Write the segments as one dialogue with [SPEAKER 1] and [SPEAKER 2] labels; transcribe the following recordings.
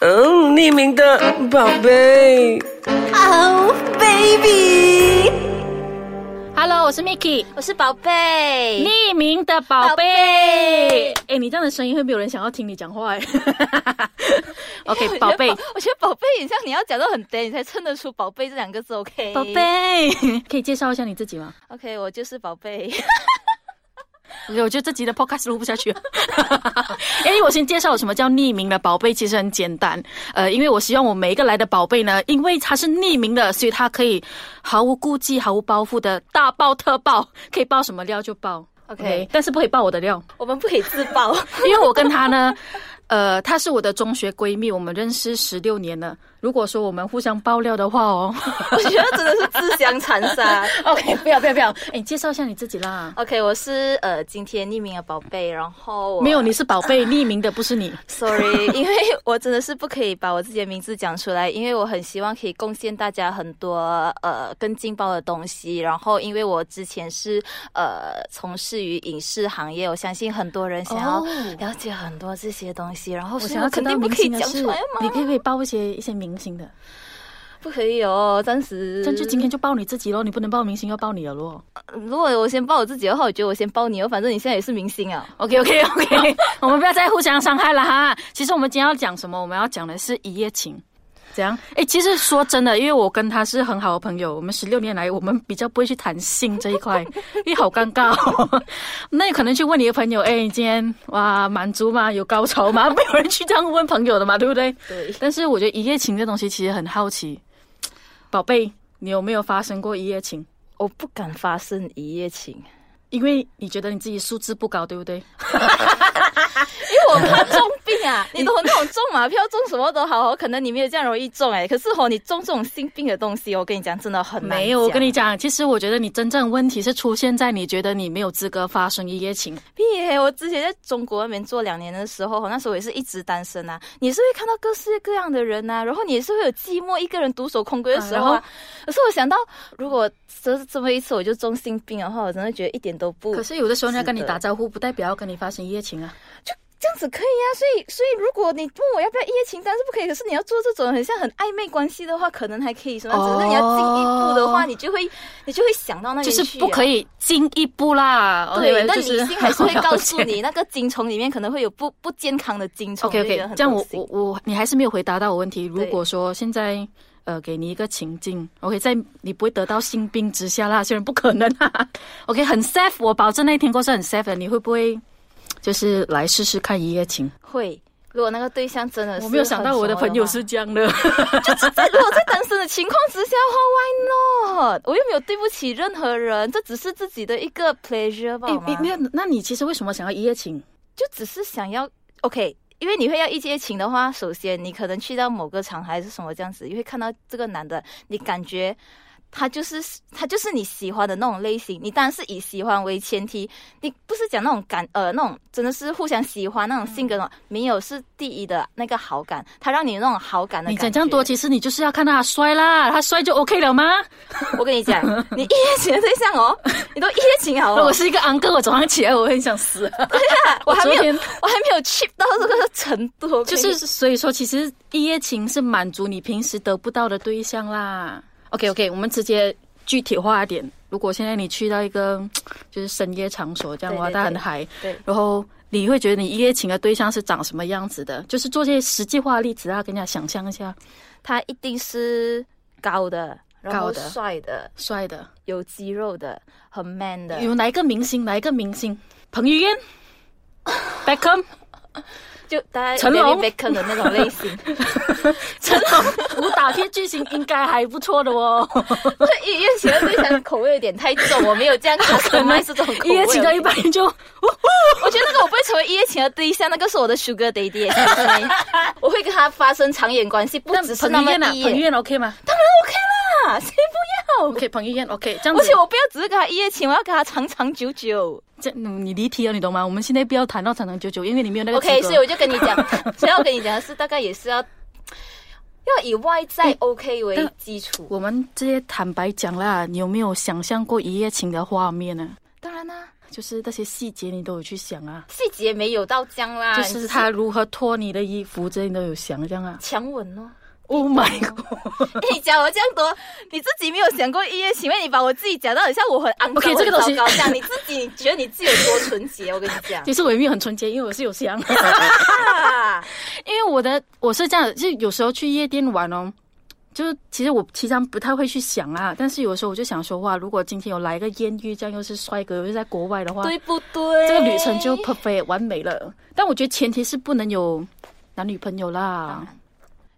[SPEAKER 1] 哦匿名的宝贝。
[SPEAKER 2] Oh baby，
[SPEAKER 3] Hello，我是 Miki，
[SPEAKER 2] 我是宝贝。
[SPEAKER 3] 匿名的宝
[SPEAKER 2] 宝
[SPEAKER 3] 贝。
[SPEAKER 2] 贝
[SPEAKER 3] 哎、你这样的声音会没有人想要听你讲话 哎、OK，宝贝，
[SPEAKER 2] 我觉得宝贝很像你要讲到很呆，你才称得出宝贝这两个字。OK，
[SPEAKER 3] 宝。贝，可以介绍一下你自己吗？
[SPEAKER 2] OK，我就是宝贝。
[SPEAKER 3] 我觉得这集的 podcast 录不下去了。 哎、我先介绍我什么叫匿名的宝贝，其实很简单。呃，因为我希望我每一个来的宝贝呢，因为他是匿名的，所以他可以毫无顾忌、毫无包袱的大爆特爆，可以爆什么料就爆。
[SPEAKER 2] OK
[SPEAKER 3] 但是不可以爆我的料，
[SPEAKER 2] 我们不可以自爆。
[SPEAKER 3] 因为我跟她呢，呃，她是我的中学闺蜜，我们认识十六年了。如果说我们互相爆料的话哦
[SPEAKER 2] 我觉得真的是自相残杀。
[SPEAKER 3] ，OK，不要不要不要，哎、你介绍一下你自己啦。
[SPEAKER 2] OK，我是呃今天匿名的宝贝，然后我
[SPEAKER 3] 没有，你是宝贝，匿名的不是你。
[SPEAKER 2] Sorry，因为我真的是不可以把我自己的名字讲出来，因为我很希望可以贡献大家很多呃更劲爆的东西。然后，因为我之前是呃从事于影视行业，我相信很多人想要
[SPEAKER 3] 哦
[SPEAKER 2] 了解很多这些东西。然后，
[SPEAKER 3] 我
[SPEAKER 2] 所以
[SPEAKER 3] 想要
[SPEAKER 2] 肯
[SPEAKER 3] 知道
[SPEAKER 2] 定不
[SPEAKER 3] 明
[SPEAKER 2] 可以
[SPEAKER 3] 星的
[SPEAKER 2] 讲
[SPEAKER 3] 是，
[SPEAKER 2] 出来
[SPEAKER 3] 你
[SPEAKER 2] 嘛，
[SPEAKER 3] 可不可以报一些一些明星的？
[SPEAKER 2] 不可以哦，暂时。
[SPEAKER 3] 这样就今天就报你自己咯，你不能报明星，要报你的咯。
[SPEAKER 2] 如果我先报我自己的话，我觉得我先报你哦，反正你现在也是明星啊。
[SPEAKER 3] OK OK OK，我们不要再互相伤害了哈。其实我们今天要讲什么？我们要讲的是一夜情。怎样？哎，其实说真的，因为我跟他是很好的朋友，我们十六年来，我们比较不会去谈性这一块，因为好尴尬、哦。那你可能去问你的朋友，哎，你今天哇满足吗？有高潮吗？没有人去这样问朋友的嘛，对不对？
[SPEAKER 2] 对，
[SPEAKER 3] 但是我觉得一夜情这东西其实很好奇，宝贝，你有没有发生过一夜情？
[SPEAKER 2] 我不敢发生一夜情。
[SPEAKER 3] 因为你觉得你自己素质不高，对不对？
[SPEAKER 2] 我怕重病 啊！你懂那种中马票中什么都好，可能你没有这样容易中哎、可是哦，你中这种性病的东西，我跟你讲，真的很难。
[SPEAKER 3] 没有，我跟你讲，其实我觉得你真正问题是出现在你觉得你没有资格发生一夜情。
[SPEAKER 2] 屁耶、我之前在中国那边做两年的时候，那时候我也是一直单身啊。你是会看到各式各样的人啊呐、然后你也是会有寂寞一个人独守空闺的时候啊。
[SPEAKER 3] 啊然后
[SPEAKER 2] 可是我想到，如果这这么一次我就中性病的话，我真的觉得一点都不
[SPEAKER 3] 可是有的时候人家跟你
[SPEAKER 2] 是的
[SPEAKER 3] 打招呼，不代表要跟你发生一夜情啊。
[SPEAKER 2] 这样子可以啊。所以，所以如果你问我要不要一夜情，当然是不可以。可是你要做这种很像很暧昧关系的话，可能还可以什么？
[SPEAKER 3] 哦
[SPEAKER 2] 只是你要进一步的话，你就会你就会想到那里
[SPEAKER 3] 就
[SPEAKER 2] 去、
[SPEAKER 3] 是不可。以进一步啦。
[SPEAKER 2] 啊对，
[SPEAKER 3] OK，
[SPEAKER 2] 那
[SPEAKER 3] 就
[SPEAKER 2] 理
[SPEAKER 3] 是
[SPEAKER 2] 性还是 会告诉
[SPEAKER 3] 了解
[SPEAKER 2] 你，那个精虫里面可能会有不不健康的精虫。
[SPEAKER 3] OK
[SPEAKER 2] 就觉得
[SPEAKER 3] OK，
[SPEAKER 2] 很
[SPEAKER 3] 这样我
[SPEAKER 2] 恶心
[SPEAKER 3] 我我你还是没有回答到我问题。如
[SPEAKER 2] 对
[SPEAKER 3] 果说现在呃给你一个情境，OK，在你不会得到性病之下啦，虽然不可能啊。OK，很 safe，我保证那一天过是很 safe 的。你会不会就是来试试看一夜情？
[SPEAKER 2] 会，如果那个对象呃真的是
[SPEAKER 3] 我没有想到我的朋友
[SPEAKER 2] 很熟
[SPEAKER 3] 是这样的。
[SPEAKER 2] 话， 在如果在单身的情况之下的话，Why not？我又没有对不起任何人，这只是自己的一个 pleasure 吧。
[SPEAKER 3] 诶
[SPEAKER 2] 好吗
[SPEAKER 3] 诶没有，那你其实为什么想要一夜情？
[SPEAKER 2] 就只是想要 OK，因为你会要一夜情的话，首先你可能去到某个场合还是什么这样子，你会看到这个男的，你感觉他就是他就是你喜欢的那种类型，你当然是以喜欢为前提，你不是讲那种感呃那种真的是互相喜欢那种性
[SPEAKER 3] 嗯
[SPEAKER 2] 格的，没有是第一的那个好感，他让你有那种好感的
[SPEAKER 3] 你
[SPEAKER 2] 感觉。
[SPEAKER 3] 讲这样多，其实你就是要看他帅啦，他帅就 OK 了吗？
[SPEAKER 2] 我跟你讲， 你一夜情的对象哦，你都一夜情好
[SPEAKER 3] 如果
[SPEAKER 2] 了，
[SPEAKER 3] 是一个昂哥，我早上起来我很想死。
[SPEAKER 2] 哦我还没
[SPEAKER 3] 昨
[SPEAKER 2] 有
[SPEAKER 3] 天
[SPEAKER 2] 我还没有 cheap 到这个程度，我跟
[SPEAKER 3] 就
[SPEAKER 2] 你
[SPEAKER 3] 是所以说，其实一夜情是满足你平时得不到的对象啦。OK OK，我们直接具体化一点。如果现在你去到一个就是深夜场所这样的话，
[SPEAKER 2] 对对对
[SPEAKER 3] 大家很嗨，
[SPEAKER 2] 对
[SPEAKER 3] 然后你会觉得你一夜情的对象是长什么样子的？就是做些实际化的例子啊，给大家想象一下，
[SPEAKER 2] 他一定是高的，然
[SPEAKER 3] 高
[SPEAKER 2] 后
[SPEAKER 3] 的
[SPEAKER 2] 帅的，
[SPEAKER 3] 帅的，
[SPEAKER 2] 有肌肉的，很 man 的，
[SPEAKER 3] 有哪一个明星？哪一个明星？彭于晏、Beckham、
[SPEAKER 2] 就大概
[SPEAKER 3] 成龙
[SPEAKER 2] b e c k 的那种类型。
[SPEAKER 3] 成龙，武打片巨星应该还不错的 哦。
[SPEAKER 2] 对，一夜情的对象口味有点太重，我没有这样可能是这种口
[SPEAKER 3] 一
[SPEAKER 2] 味。
[SPEAKER 3] 夜情到一半就。
[SPEAKER 2] 我觉得那个我不会成为一夜情的对象，那个是我的 sugar daddy，excuse me 我会跟他发生长远关系，不
[SPEAKER 3] 那
[SPEAKER 2] 只是那
[SPEAKER 3] 彭于
[SPEAKER 2] 么
[SPEAKER 3] 晏啊，
[SPEAKER 2] 一
[SPEAKER 3] 彭于
[SPEAKER 2] 夜。
[SPEAKER 3] 晏 OK 吗
[SPEAKER 2] 当然 OK 啦，谁不要？
[SPEAKER 3] ？OK，彭于晏 OK，这样
[SPEAKER 2] 而
[SPEAKER 3] 子。
[SPEAKER 2] 且我不要只是跟他一夜情，我要跟他长长久久。
[SPEAKER 3] 这嗯你离题了，你懂吗？我们现在不要谈到长长久久，因为你没有那个
[SPEAKER 2] OK，
[SPEAKER 3] 资
[SPEAKER 2] 所以
[SPEAKER 3] 格。
[SPEAKER 2] 我就跟你 讲，所以我跟你讲的是，大概也是要要以外在 OK 为基础。
[SPEAKER 3] 我们直接坦白讲啦，你有没有想象过一夜情的画面呢？
[SPEAKER 2] 当然啦、
[SPEAKER 3] 就是那些细节你都有去想啊，
[SPEAKER 2] 细节没有到这样啦，
[SPEAKER 3] 就是他如何脱你的衣服，这些你都有想这样啊。
[SPEAKER 2] 强吻哦。
[SPEAKER 3] Oh my god！
[SPEAKER 2] 诶你讲我这样多，你自己没有想过一夜情，因为你把我自己讲到很像我很肮脏、
[SPEAKER 3] OK，这个东西
[SPEAKER 2] 很糟糕这样，你自己觉得你自己有多纯洁？我跟你 讲，
[SPEAKER 3] 其实我也没有很纯洁，因为我是有想，
[SPEAKER 2] 啊
[SPEAKER 3] 因为我的我是这样的，就有时候去夜店玩哦，就是其实我平常不太会去想啊，但是有时候我就想说，哇，如果今天有来一个艳遇，这样又是帅哥，又是在国外的话，
[SPEAKER 2] 对不对？
[SPEAKER 3] 这个旅程就 perfect 完美了。但我觉得前提是不能有男女朋友啦。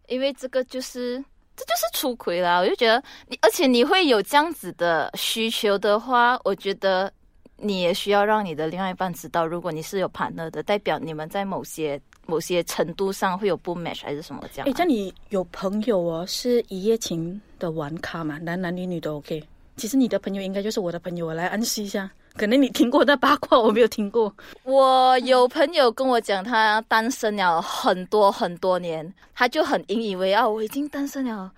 [SPEAKER 2] 因为这个就是这就是出轨啦。我就觉得你，而且你会有这样子的需求的话，我觉得你也需要让你的另外一半知道，如果你是有 partner 的，代表你们在某些某些程度上会有不 match 还是什么这样、啊
[SPEAKER 3] 诶，像哎你有朋友哦，是一夜情的玩咖嘛？男男女女都 OK。其实你的朋友应该就是我的朋友，我来暗示一下。可能你听过那八卦，我没有听过。
[SPEAKER 2] 我有朋友跟我讲，他单身了很多很多年，他就很引以为傲，我已经单身了。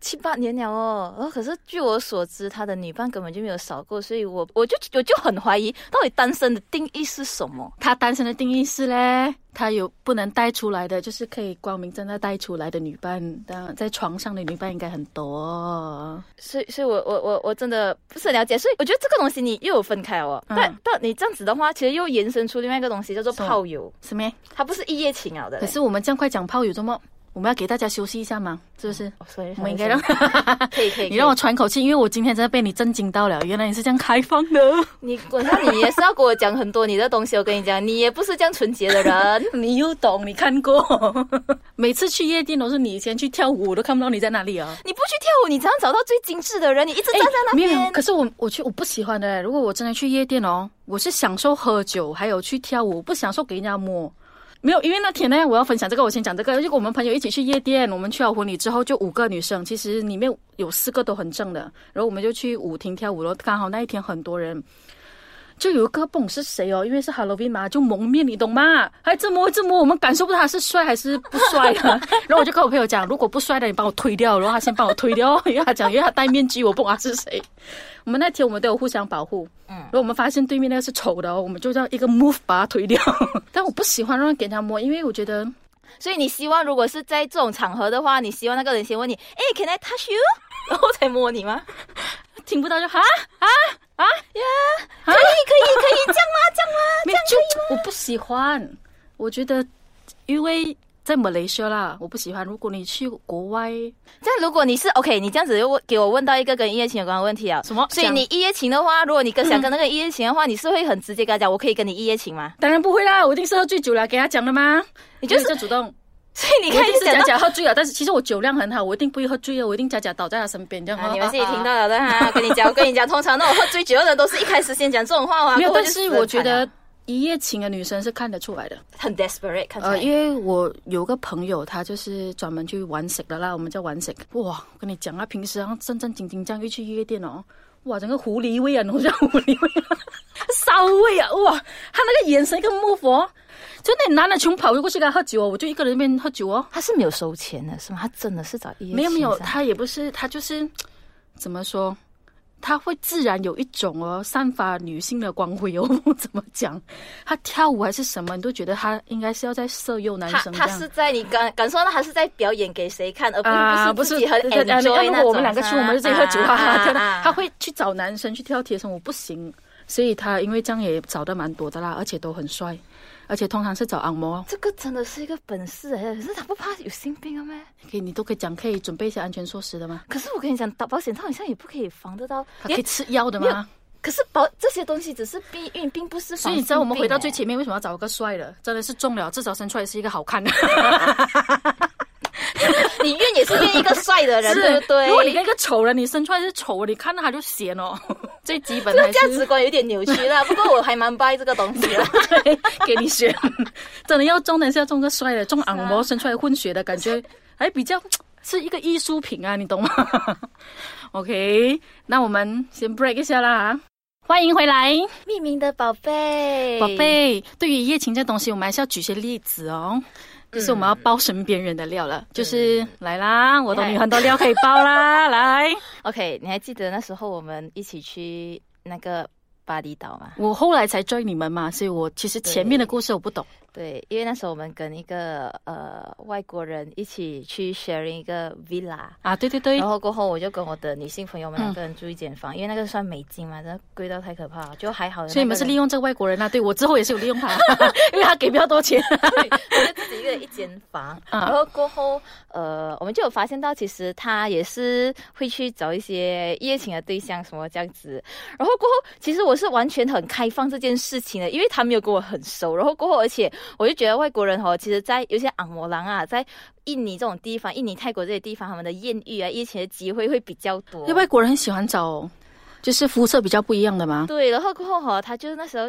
[SPEAKER 2] 七八年了哦，然后可是据我所知，他的女伴根本就没有少过，所以我我就我就很怀疑，到底单身的定义是什么？
[SPEAKER 3] 他单身的定义是嘞，他有不能带出来的，就是可以光明正大带出来的女伴，当然在床上的女伴应该很多哦。
[SPEAKER 2] 所以，所以我我我我真的不是很了解，所以我觉得这个东西你又有分开哦，
[SPEAKER 3] 嗯
[SPEAKER 2] 但但你这样子的话，其实又延伸出另外一个东西叫做
[SPEAKER 3] 什么
[SPEAKER 2] 炮友，
[SPEAKER 3] 什么？
[SPEAKER 2] 它不是一夜情啊的嘞。
[SPEAKER 3] 可是我们这样快讲炮友，周末我们要给大家休息一下嘛，是不是？
[SPEAKER 2] 哦，所以
[SPEAKER 3] 我们应该让
[SPEAKER 2] 可以可以，
[SPEAKER 3] 你让我喘口气，因为我今天真的被你震惊到了，原来你是这样开放的。
[SPEAKER 2] 你滚蛋！你也是要跟我讲很多你的东西，我跟你讲，你也不是这样纯洁的 人。
[SPEAKER 3] 你又懂，你看过。 每次去夜店都是你先去跳舞，我都看不到你在哪里啊。
[SPEAKER 2] 你不去跳舞，你怎样找到最精致的人？你一直站在那
[SPEAKER 3] 没有
[SPEAKER 2] 边。
[SPEAKER 3] 哎没有，可是我我去我不喜欢的欸。如果我真的去夜店哦，我是享受喝酒，还有去跳舞，不享受给人家摸。没有，因为那天呢，我要分享这个，我先讲这个。就我们朋友一起去夜店，我们去了婚礼之后，就五个女生，其实里面有四个都很正的。然后我们就去舞厅跳舞了，刚好那一天很多人，就有一个蹦是谁哦，因为是 Halloween 嘛，就蒙面，你懂吗？还这么这么，我们感受不到他是帅还是不帅的。然后我就跟我朋友讲，如果不帅的，你帮我推掉。然后他先帮我推掉，因为他讲，因为他戴面具，我不管他是谁。我们那天我们都有互相保护，嗯，然后我们发现对面那个是丑的哦，我们就叫一个 move 把他推掉。 但我不喜欢让给人家摸，因为我觉得
[SPEAKER 2] 所以你希望，如果是在这种场合的话，你希望那个人先问你，哎、c a n I touch you？然后才摸你吗？
[SPEAKER 3] 听不到就哈，
[SPEAKER 2] 可以，可以，可以这样啊吗？这样吗？
[SPEAKER 3] 没有就我不喜欢。我觉得，因为在马来西亚啦，我不喜欢。如果你去国外，
[SPEAKER 2] 这样，如果你是 OK，你这样子又问给我问到一个跟一夜情有关的问题啊。
[SPEAKER 3] 什么
[SPEAKER 2] 所以你一夜情的话，如果你跟想跟那个一夜情的话，你是会很直接跟他讲，我可以跟你一夜情吗？
[SPEAKER 3] 当然不会啦，我一定是喝醉酒了给他讲的嘛。
[SPEAKER 2] 你就是
[SPEAKER 3] 没有这主动，
[SPEAKER 2] 所以你
[SPEAKER 3] 你
[SPEAKER 2] 看，
[SPEAKER 3] 一定是
[SPEAKER 2] 讲
[SPEAKER 3] 假
[SPEAKER 2] 到
[SPEAKER 3] 假喝醉了，啊但是其实我酒量很好，我一定不会喝醉啊的，我一定假假倒在他身边这样。
[SPEAKER 2] 啊，你们
[SPEAKER 3] 啊
[SPEAKER 2] 自己听。
[SPEAKER 3] 啊
[SPEAKER 2] 到了的哈。跟你讲，我跟你讲，通常那种喝醉酒的人都是一开始先讲这种话啊。
[SPEAKER 3] 没有，
[SPEAKER 2] 过后
[SPEAKER 3] 但
[SPEAKER 2] 就死
[SPEAKER 3] 是
[SPEAKER 2] 得
[SPEAKER 3] 我
[SPEAKER 2] 很
[SPEAKER 3] 觉
[SPEAKER 2] 惨啊
[SPEAKER 3] 得一夜情的女生是看得出来的。
[SPEAKER 2] 很 desperate，看起来。
[SPEAKER 3] 呃，因为我有个朋友，他就是专门去玩色的啦，我们叫玩色。哇，我跟你讲啊，平时啊正正经经这样一去夜店哦，哇，整个狐狸味啊，你懂叫狐狸味啊， 骚味啊，哇，他那个眼神跟木佛，就那男的穷啊跑过去跟他喝酒哦，我就一个人在那边喝酒哦。
[SPEAKER 2] 他是没有收钱的，是吗？他真的是找一夜
[SPEAKER 3] 没有没有，
[SPEAKER 2] 情噻
[SPEAKER 3] 他也不是，他就是怎么说，他会自然有一种哦，散发女性的光辉哦， 怎么讲？他跳舞还是什么，你都觉得他应该是要在色诱男
[SPEAKER 2] 他
[SPEAKER 3] 生这
[SPEAKER 2] 他
[SPEAKER 3] 样。
[SPEAKER 2] 是在你感感受到他是在表演给谁看，而
[SPEAKER 3] 啊，
[SPEAKER 2] 不
[SPEAKER 3] 不
[SPEAKER 2] 是
[SPEAKER 3] 是
[SPEAKER 2] 自己很
[SPEAKER 3] 对对对
[SPEAKER 2] enjoy
[SPEAKER 3] 如
[SPEAKER 2] 那种
[SPEAKER 3] 果
[SPEAKER 2] 啊
[SPEAKER 3] 我们两个去，
[SPEAKER 2] 噻
[SPEAKER 3] 我们就自己喝酒
[SPEAKER 2] 啊
[SPEAKER 3] 哈哈。跳的他会去找男生去跳贴身，我不行，所以他因为这样也找的蛮多的啦，而且都很帅，而且通常是找按摩。
[SPEAKER 2] 这个真的是一个本事哎，可是他不怕有性病啊咩？
[SPEAKER 3] 可以，你都可以讲，可以准备一些安全措施的吗？
[SPEAKER 2] 可是我跟你讲，打保险套好像也不可以防得到，
[SPEAKER 3] 他可
[SPEAKER 2] 连
[SPEAKER 3] 以吃药的
[SPEAKER 2] 没有
[SPEAKER 3] 吗？
[SPEAKER 2] 可是保这些东西只是避孕，并不是防
[SPEAKER 3] 所以你知道我们
[SPEAKER 2] 性病
[SPEAKER 3] 回到最
[SPEAKER 2] 哎
[SPEAKER 3] 前面，为什么要找一个帅的？真的是中了，至少生出来是一个好 看的。
[SPEAKER 2] 你愿也是愿一个帅的人，对不对？
[SPEAKER 3] 如果你跟一个丑人，你生出来是丑人，你看到他就嫌哦。 最基本
[SPEAKER 2] 这个
[SPEAKER 3] 的
[SPEAKER 2] 价值观有点扭曲 啦，不过我还蛮 buy 这个东西的。
[SPEAKER 3] 对，给你 选，真的要中的是要中个帅的，中昂模生出来混血的感觉，还比较是一个艺术品啊，你懂吗 ？OK，那我们先 break 一下啦啊。欢迎回来，
[SPEAKER 2] 匿名的宝贝，
[SPEAKER 3] 宝。贝。对于一夜情这东西，我们还是要举些例子哦。就是我们要爆身边人的料了，就是来啦，我懂你很多料 可以爆啦，来。
[SPEAKER 2] OK，你还记得那时候我们一起去那个巴厘岛嘛。
[SPEAKER 3] 我后来才追你们嘛，所以我其实前面的故事我不懂。
[SPEAKER 2] 对，因为那时候我们跟一个呃外国人一起去 sharing 一个 villa，
[SPEAKER 3] 啊，对对嗯对
[SPEAKER 2] 然，后过后我就跟我的女性朋友们两个人住一间房，因为那个算美金嘛，真的贵到太可怕了，就还好。
[SPEAKER 3] 所以你们是利用这个外国人啊？对我之后也是有利用他， 因为他给比较多钱。
[SPEAKER 2] 我就自己一个人一间房，
[SPEAKER 3] 嗯
[SPEAKER 2] 然后过后，呃，我们就有发现到，其实他也是会去找一些一夜情的对象什么这样子。然后过后，其实我是完全很开放这件事情的，因为他没有跟我很熟。然后过后，而且我就觉得外国人哦，其实在有些昂摩狼啊，在印尼这种地方，印尼、泰国这些地方，他们的艳遇啊、一夜情的机会会比较多
[SPEAKER 3] 因为。外国人很喜欢找、就是肤色比较不一样的嘛。
[SPEAKER 2] 对，然后过后哈，他就是那时候，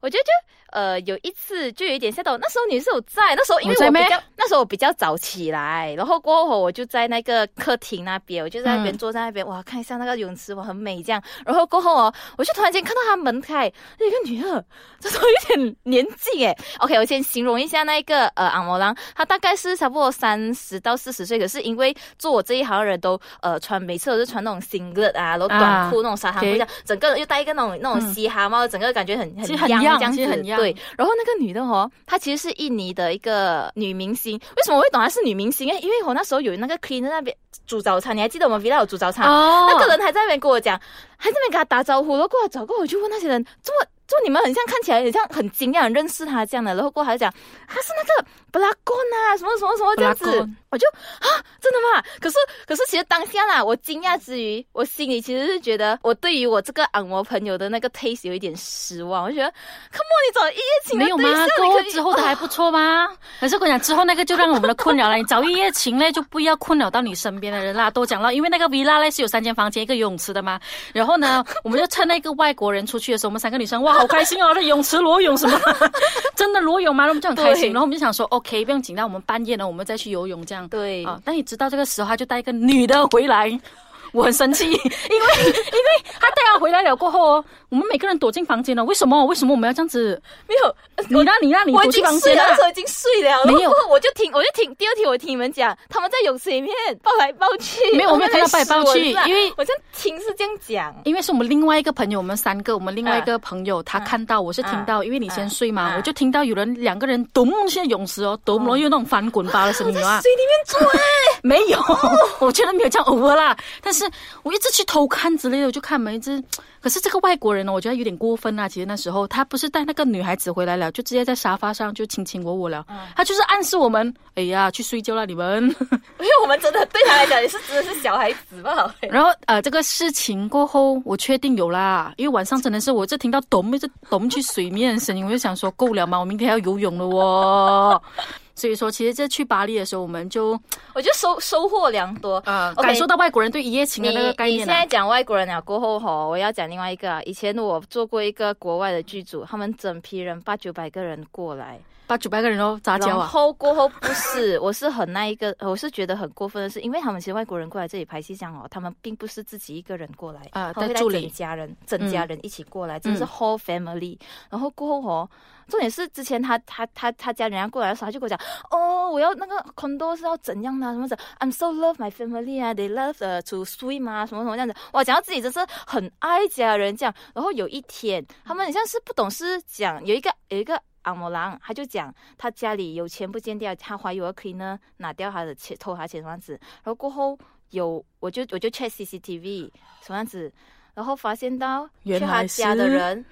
[SPEAKER 2] 我觉得就呃有一次就有一点吓到我，那时候你是有在，那时候因为
[SPEAKER 3] 我在
[SPEAKER 2] 我
[SPEAKER 3] 咩
[SPEAKER 2] 比较那时候我比较早起来，然后过后我就在那个客厅那边，我就在那边
[SPEAKER 3] 嗯
[SPEAKER 2] 坐在那边，哇，看一下那个泳池，哇，很美这样。然后过后哦，我就突然间看到他门开，有一个女的，这时候有点年纪诶。OK，我先 形容一下那个呃阿摩郎，他大概是差不多三十到四十岁，可是因为做我这一行的人都呃穿，每次都是穿那种 singlet 啊，然后短裤
[SPEAKER 3] 啊
[SPEAKER 2] 那种沙滩裤
[SPEAKER 3] OK
[SPEAKER 2] 这样，整个人又戴一个那种那种嘻哈帽，整个感觉很
[SPEAKER 3] 其
[SPEAKER 2] 嗯
[SPEAKER 3] 实
[SPEAKER 2] 很
[SPEAKER 3] 很
[SPEAKER 2] young
[SPEAKER 3] 样
[SPEAKER 2] 这样
[SPEAKER 3] 其
[SPEAKER 2] 子
[SPEAKER 3] 实很样
[SPEAKER 2] 对，然后那个女的哦，她其实是印尼的一个女明星。为什么我会懂她是女明星？因为哦我那时候有那个 cleaner 那边煮早餐，你还记得我们 villa 有煮早餐？
[SPEAKER 3] 哦
[SPEAKER 2] 那个人还在那边跟我讲，还在那边跟他打招呼，然后过来找过，我就问那些人，怎么怎么你们很像看起来很像很惊讶，很认识他这样的，然后过来还讲他是那个布拉贡啊，什么什么什么这样子
[SPEAKER 3] Pelakon，
[SPEAKER 2] 我就啊，真的吗？可是可是其实当下啦，我惊讶之余，我心里其实是觉得我对于我这个按摩朋友的那个 taste 有一点失望，我就觉得，come on，你找一夜情的
[SPEAKER 3] 没有
[SPEAKER 2] 对象，
[SPEAKER 3] 吗？
[SPEAKER 2] 你
[SPEAKER 3] 过
[SPEAKER 2] 可以哦
[SPEAKER 3] 之后的还不错吗？可是我跟你讲，之后那个就让我们的困扰了。你找一夜情嘞，就不要困扰到你身边的人啦。都讲了，因为那个 villa 嘞是有三间房间，一个游泳池的嘛。然后 呢，我们就趁那个外国人出去的时候，我们三个女生哇，好开心哦，那泳池裸泳什么， 真的裸泳吗？然后我们就很开心。
[SPEAKER 2] 对
[SPEAKER 3] 然后我们就想说，OK，不用紧张，我们半夜呢，我们再去游泳这样。
[SPEAKER 2] 对
[SPEAKER 3] 啊，但你知道这个时候他就带一个女的回来。我很生气，因 为因为他带她回来了过后哦，我们每个人躲进房间了。为什么？为什么我们要这样子？
[SPEAKER 2] 没有，呃
[SPEAKER 3] 你让你让你
[SPEAKER 2] 我已
[SPEAKER 3] 躲去
[SPEAKER 2] 经
[SPEAKER 3] 房
[SPEAKER 2] 睡
[SPEAKER 3] 间
[SPEAKER 2] 了，那
[SPEAKER 3] 啊
[SPEAKER 2] 时！候已经睡了，
[SPEAKER 3] 没有
[SPEAKER 2] 然后我就听，我就听第二天我听你们讲，他们在泳池里面抱来抱去，
[SPEAKER 3] 没有我没有看到抱来抱去
[SPEAKER 2] 我在那边啊
[SPEAKER 3] 因为
[SPEAKER 2] 我这样听是这样讲，
[SPEAKER 3] 因为是我们另外一个朋友，我们三个，我们另外一个朋友，他看到我是听到，因为你先睡嘛，
[SPEAKER 2] 嗯
[SPEAKER 3] 我就听到有人两个人咚现在泳池哦，咚了又那种翻滚吧的声音 啊，
[SPEAKER 2] 水里面做爱，
[SPEAKER 3] 没有，我觉得没有这样 over 啦。但是我一直去偷看之类的，我就看门一直。可是这个外国人呢，我觉得有点过分啊。其实那时候他不是带那个女孩子回来了，就直接在沙发上就卿卿我我了，
[SPEAKER 2] 嗯
[SPEAKER 3] 他就是暗示我们，哎呀，去睡觉啦你们。
[SPEAKER 2] 因为我们真的对他来讲也是真的是小孩子 吧。
[SPEAKER 3] 然后呃，这个事情过后，我确定有啦，因为晚上真的是我就听到咚，就咚去水面的声音，我就想说够了嘛，我明天要游泳了哦。 所以说，其实这去巴黎的时候，我们就
[SPEAKER 2] 我就收收获良多，
[SPEAKER 3] 呃
[SPEAKER 2] OK，
[SPEAKER 3] 感受到外国人对一夜情
[SPEAKER 2] 你
[SPEAKER 3] 的那个概
[SPEAKER 2] 啊你
[SPEAKER 3] 念啊
[SPEAKER 2] 现
[SPEAKER 3] 了、
[SPEAKER 2] 在讲外国人了过后吼，我要讲另外一个啊。以前我做过一个国外的剧组，他们整批人八九百个人过来，
[SPEAKER 3] 把九百个人都杂交
[SPEAKER 2] 然
[SPEAKER 3] 啊。
[SPEAKER 2] 后过后不是， 我是很那一个，我是觉得很过分的是，因为他们其实外国人过来这里拍戏这样哦，他们并不是自己一个人过来，
[SPEAKER 3] 啊
[SPEAKER 2] 他们会
[SPEAKER 3] 带
[SPEAKER 2] 带
[SPEAKER 3] 助理
[SPEAKER 2] 整家人、整家人一起过来，真的是
[SPEAKER 3] 嗯
[SPEAKER 2] whole family。然后过后哦，重点是之前他他他他家人要过来的时候，他就跟我讲，哦，我要那个 condo 是要怎样的啊什么的，I'm so love my family 啊，they love the to swim 啊，什么什么这样子，哇，讲到自己真是很爱家人这样。然后有一天，他们好像是不懂事讲，有一个有一个。阿摩郎，他就讲他家里有钱不见掉，他怀疑我 cleaner 拿掉他的钱，偷他钱这样子。然后过后有，我就我就 check CCTV 什么样子，然后发现到去
[SPEAKER 3] 原
[SPEAKER 2] 他
[SPEAKER 3] 来
[SPEAKER 2] 家的
[SPEAKER 3] 是
[SPEAKER 2] 人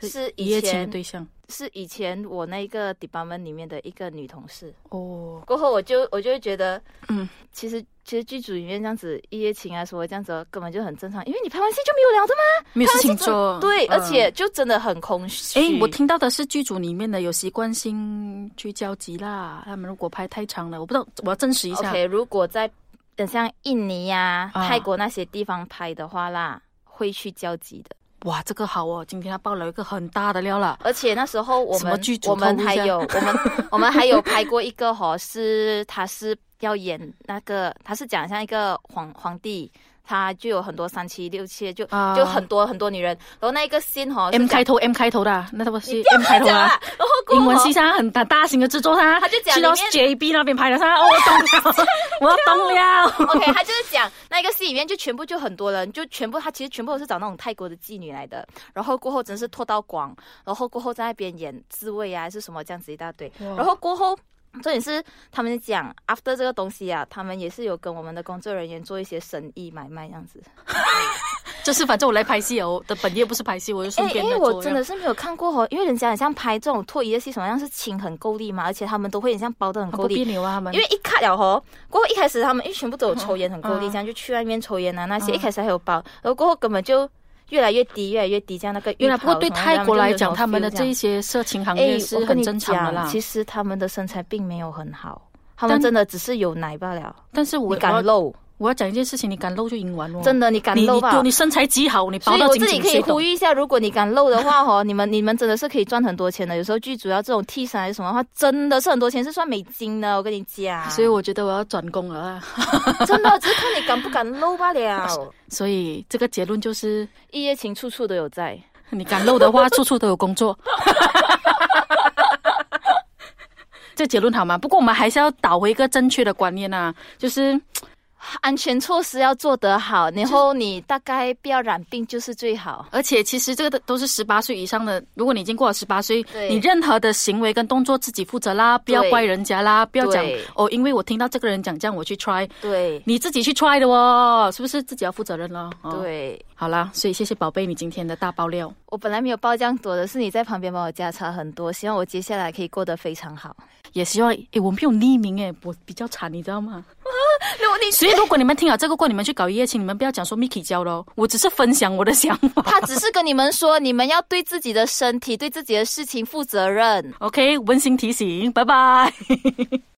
[SPEAKER 2] 是
[SPEAKER 3] 一
[SPEAKER 2] 以
[SPEAKER 3] 夜情的
[SPEAKER 2] 前
[SPEAKER 3] 对象
[SPEAKER 2] 是以前我那个 department 里面的一个女同事。
[SPEAKER 3] 哦，
[SPEAKER 2] 过后我就我就会觉得，
[SPEAKER 3] 嗯，
[SPEAKER 2] 其实其实剧组里面这样子一夜情啊什么这样子根本就很正常，因为你拍完戏就没有聊的嘛，
[SPEAKER 3] 没有
[SPEAKER 2] 拍
[SPEAKER 3] 事
[SPEAKER 2] 完戏
[SPEAKER 3] 情
[SPEAKER 2] 真的
[SPEAKER 3] 做。
[SPEAKER 2] 对，
[SPEAKER 3] 嗯
[SPEAKER 2] 而且就真的很空虚。
[SPEAKER 3] 诶，我听到的是剧组里面的有习惯性去交集啦，他们如果拍太长了，我不知道，我要证实一下。
[SPEAKER 2] OK，如果在呃像印尼呀、
[SPEAKER 3] 啊
[SPEAKER 2] 泰国那些地方拍的话啦，会去交集的。
[SPEAKER 3] 哇，这个好哦，今天他爆了一个很大的料啦。
[SPEAKER 2] 而且那时候我
[SPEAKER 3] 什么
[SPEAKER 2] 们
[SPEAKER 3] 剧组
[SPEAKER 2] 我们
[SPEAKER 3] 透露一
[SPEAKER 2] 还
[SPEAKER 3] 下
[SPEAKER 2] 有我们我们还有拍过一个哈、是他是要演那个他是讲像一个皇皇帝。她就有很多三妻六妾，就、
[SPEAKER 3] 啊
[SPEAKER 2] 就很多很多女人。然后那一个信哈、
[SPEAKER 3] M 开
[SPEAKER 2] 头
[SPEAKER 3] 头 M 开头的啊，那他不是 M 开头
[SPEAKER 2] 讲
[SPEAKER 3] 啊
[SPEAKER 2] 啦，，然后过后
[SPEAKER 3] 英文系上很大大型的制作他，
[SPEAKER 2] 他就讲
[SPEAKER 3] 去到
[SPEAKER 2] 里面
[SPEAKER 3] JB 那边拍的他，哦，我 懂了，我懂了。
[SPEAKER 2] OK，他就是讲那个戏里面就全部就很多人，就全部他其实全部都是找那种泰国的妓女来的，然后过后真是脱到光，然后过后在那边演自慰啊，还是什么这样子一大堆，
[SPEAKER 3] 哇
[SPEAKER 2] 然后过后。重点是他们讲 after 这个东西啊，他们也是有跟我们的工作人员做一些生意买卖这样子。
[SPEAKER 3] 就是反正我来拍戏哦，我的本业不是拍戏，我就顺
[SPEAKER 2] 哎，
[SPEAKER 3] 便
[SPEAKER 2] 因为
[SPEAKER 3] 来
[SPEAKER 2] 我
[SPEAKER 3] 做这
[SPEAKER 2] 真
[SPEAKER 3] 样。
[SPEAKER 2] 的是没有看过哦，因为人家很像拍这种脱衣的戏，什么样是亲很够力嘛，而且他们都会很像包的很
[SPEAKER 3] 很
[SPEAKER 2] 够
[SPEAKER 3] 不
[SPEAKER 2] 力
[SPEAKER 3] 别，扭啊，他们
[SPEAKER 2] 因为一看了吼，过后一开始他们因为全部都有抽烟，很够力，
[SPEAKER 3] 嗯
[SPEAKER 2] 这样就去外面抽烟啊那些。
[SPEAKER 3] 嗯
[SPEAKER 2] 一开始还有包，然后过后根本就越来越低，越来越低，这样那个浴
[SPEAKER 3] 原来不过
[SPEAKER 2] 袍
[SPEAKER 3] 对
[SPEAKER 2] 什么
[SPEAKER 3] 泰国来
[SPEAKER 2] 这样
[SPEAKER 3] 讲，他们的这一
[SPEAKER 2] 就
[SPEAKER 3] 些色情行
[SPEAKER 2] 没有
[SPEAKER 3] 业
[SPEAKER 2] 什么 feel 这样哎，
[SPEAKER 3] 是
[SPEAKER 2] 我跟
[SPEAKER 3] 很
[SPEAKER 2] 你
[SPEAKER 3] 正常的
[SPEAKER 2] 讲，
[SPEAKER 3] 啦
[SPEAKER 2] 其。实他们的身材并没有很好，他们
[SPEAKER 3] 但
[SPEAKER 2] 真的只是有奶罢了。
[SPEAKER 3] 但是
[SPEAKER 2] 你
[SPEAKER 3] 我
[SPEAKER 2] 敢露，
[SPEAKER 3] 我要讲一件事情，你敢露就赢完哦。
[SPEAKER 2] 真的你敢
[SPEAKER 3] 你
[SPEAKER 2] 露
[SPEAKER 3] 你
[SPEAKER 2] 吧
[SPEAKER 3] 你？身材极好，你
[SPEAKER 2] 所
[SPEAKER 3] 包
[SPEAKER 2] 以
[SPEAKER 3] 到
[SPEAKER 2] 我
[SPEAKER 3] 紧
[SPEAKER 2] 这里
[SPEAKER 3] 紧
[SPEAKER 2] 可以
[SPEAKER 3] 谁
[SPEAKER 2] 呼
[SPEAKER 3] 懂？
[SPEAKER 2] 吁一下，如果你敢露的话， 哦，你们你们真的是可以赚很多钱的。有时候剧组要这种替身还是什么的话，真的是很多钱，是算美金的。我跟你讲，
[SPEAKER 3] 所以我觉得我要转工了啊。
[SPEAKER 2] 真的只是看你敢不敢露罢 了。
[SPEAKER 3] 所以这个结论就是，
[SPEAKER 2] 一夜情处处都有在。
[SPEAKER 3] 你敢露的话，处处都有工作。 这结论好吗？不过我们还是要导回一个正确的观念啊，就是
[SPEAKER 2] 安全措施要做得好，然后你大概不要染病就是最好。
[SPEAKER 3] 而且其实这个都都是十八岁以上的，如果你已经过了十八岁，
[SPEAKER 2] 对
[SPEAKER 3] 你任何的行为跟动作自己负责啦，不要怪人家啦，不要讲
[SPEAKER 2] 对
[SPEAKER 3] 哦，因为我听到这个人讲这样，我去 try，
[SPEAKER 2] 对
[SPEAKER 3] 你自己去 try 的哦，是不是自己要负责任了？哦，
[SPEAKER 2] 对，
[SPEAKER 3] 好啦，所以谢谢宝贝你今天的大爆料。
[SPEAKER 2] 我本来没有报这样多的，是你在旁边帮我加差很多，希望我接下来可以过得非常好。
[SPEAKER 3] 也希望诶，我没有匿名诶，我比较惨，你知道吗？
[SPEAKER 2] 如果你
[SPEAKER 3] 所以如果你们听了这个过，你们去搞一夜情，你们不要讲说 Miki 教的哦，我只是分享我的想法。
[SPEAKER 2] 他只是跟你们说，你们要对自己的身体、对自己的事情负责任。
[SPEAKER 3] OK，温馨提醒，拜拜。